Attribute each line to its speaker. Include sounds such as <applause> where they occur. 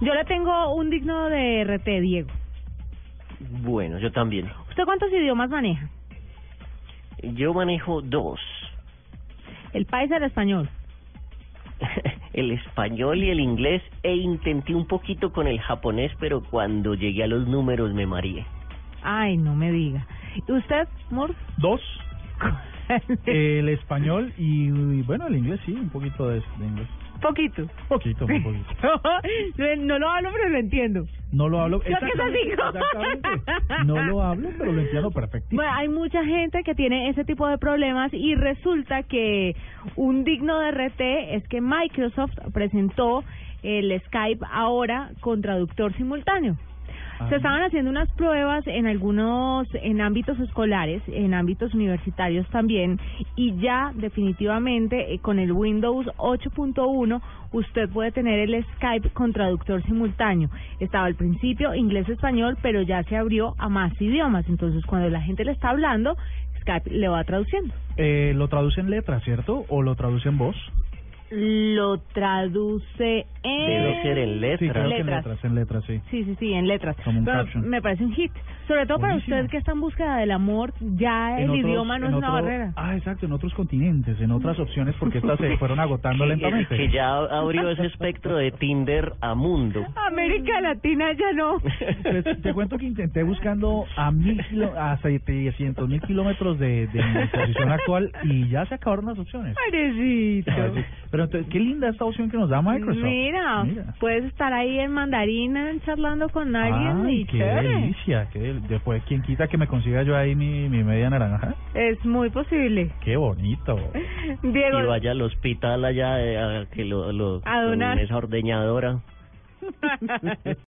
Speaker 1: Yo le tengo un digno de RT, Diego.
Speaker 2: Bueno, yo también.
Speaker 1: ¿Usted cuántos idiomas maneja?
Speaker 2: Yo manejo dos. <laughs>
Speaker 1: El país el español.
Speaker 2: el español y el inglés e intenté un poquito con el japonés, pero cuando llegué a los números me mareé.
Speaker 1: Ay, no me diga. ¿Y usted, Mor?
Speaker 3: Dos. el español y, y, bueno, el inglés, sí, un poquito de, de inglés.
Speaker 1: <laughs> Poquito.
Speaker 3: Poquito, muy poquito.
Speaker 1: no, <laughs> no lo hablo, pero lo entiendo.
Speaker 3: No lo hablo.
Speaker 1: Yo que se digo.
Speaker 3: exactamente. No lo hablo, pero lo entiendo perfecto.
Speaker 1: Bueno, hay mucha gente que tiene ese tipo de problemas y resulta que un digno de RT es que Microsoft presentó el Skype ahora con traductor simultáneo.
Speaker 3: Ah,
Speaker 1: Se estaban haciendo unas pruebas en algunos, en ámbitos escolares, en ámbitos universitarios también, y ya definitivamente eh, con el Windows 8.1 usted puede tener el Skype con traductor simultáneo. Estaba al principio inglés-español, pero ya se abrió a más idiomas, entonces cuando la gente le está hablando, Skype le va traduciendo.
Speaker 3: Eh, lo traduce en letra, ¿cierto? ¿O lo traduce en voz?
Speaker 1: Lo traduce en...
Speaker 2: Debe ser en
Speaker 3: Sí,
Speaker 2: letras.
Speaker 3: creo que en
Speaker 1: Letras.
Speaker 3: letras, en letras, sí.
Speaker 1: Sí, sí, sí, en letras.
Speaker 3: Como un
Speaker 1: Pero
Speaker 3: caption.
Speaker 1: me parece un hit. Sobre todo
Speaker 3: Buenísimo.
Speaker 1: para usted que está en búsqueda del amor, ya Ah, el
Speaker 3: En otros-
Speaker 1: idioma no es
Speaker 3: en
Speaker 1: una
Speaker 3: otro-
Speaker 1: barrera.
Speaker 3: Ah, exacto, en otros continentes, en otras opciones, porque estas se
Speaker 2: <laughs>
Speaker 3: fueron agotando
Speaker 2: Que,
Speaker 3: lentamente.
Speaker 2: que ya abrió ese espectro de Tinder a mundo.
Speaker 1: América Latina ya no.
Speaker 3: <laughs> Pues, te cuento que intenté buscando a mil kilo- a 700 mil kilómetros de, de mi posición actual y ya se acabaron las opciones.
Speaker 1: Parecito.
Speaker 3: Ah, sí. Pero entonces, qué linda esta opción que nos da Microsoft.
Speaker 1: Mira, puedes estar ahí en mandarina charlando con alguien
Speaker 3: Ay,
Speaker 1: y
Speaker 3: qué
Speaker 1: chévere.
Speaker 3: delicia. qué del- Después, ¿quién quita que me consiga yo ahí mi, mi media naranja?
Speaker 1: Es muy posible.
Speaker 3: Qué bonito.
Speaker 2: Y
Speaker 1: Diego,
Speaker 2: vaya al hospital allá eh, a que lo, lo
Speaker 1: A
Speaker 2: con
Speaker 1: donar.
Speaker 2: esa ordeñadora.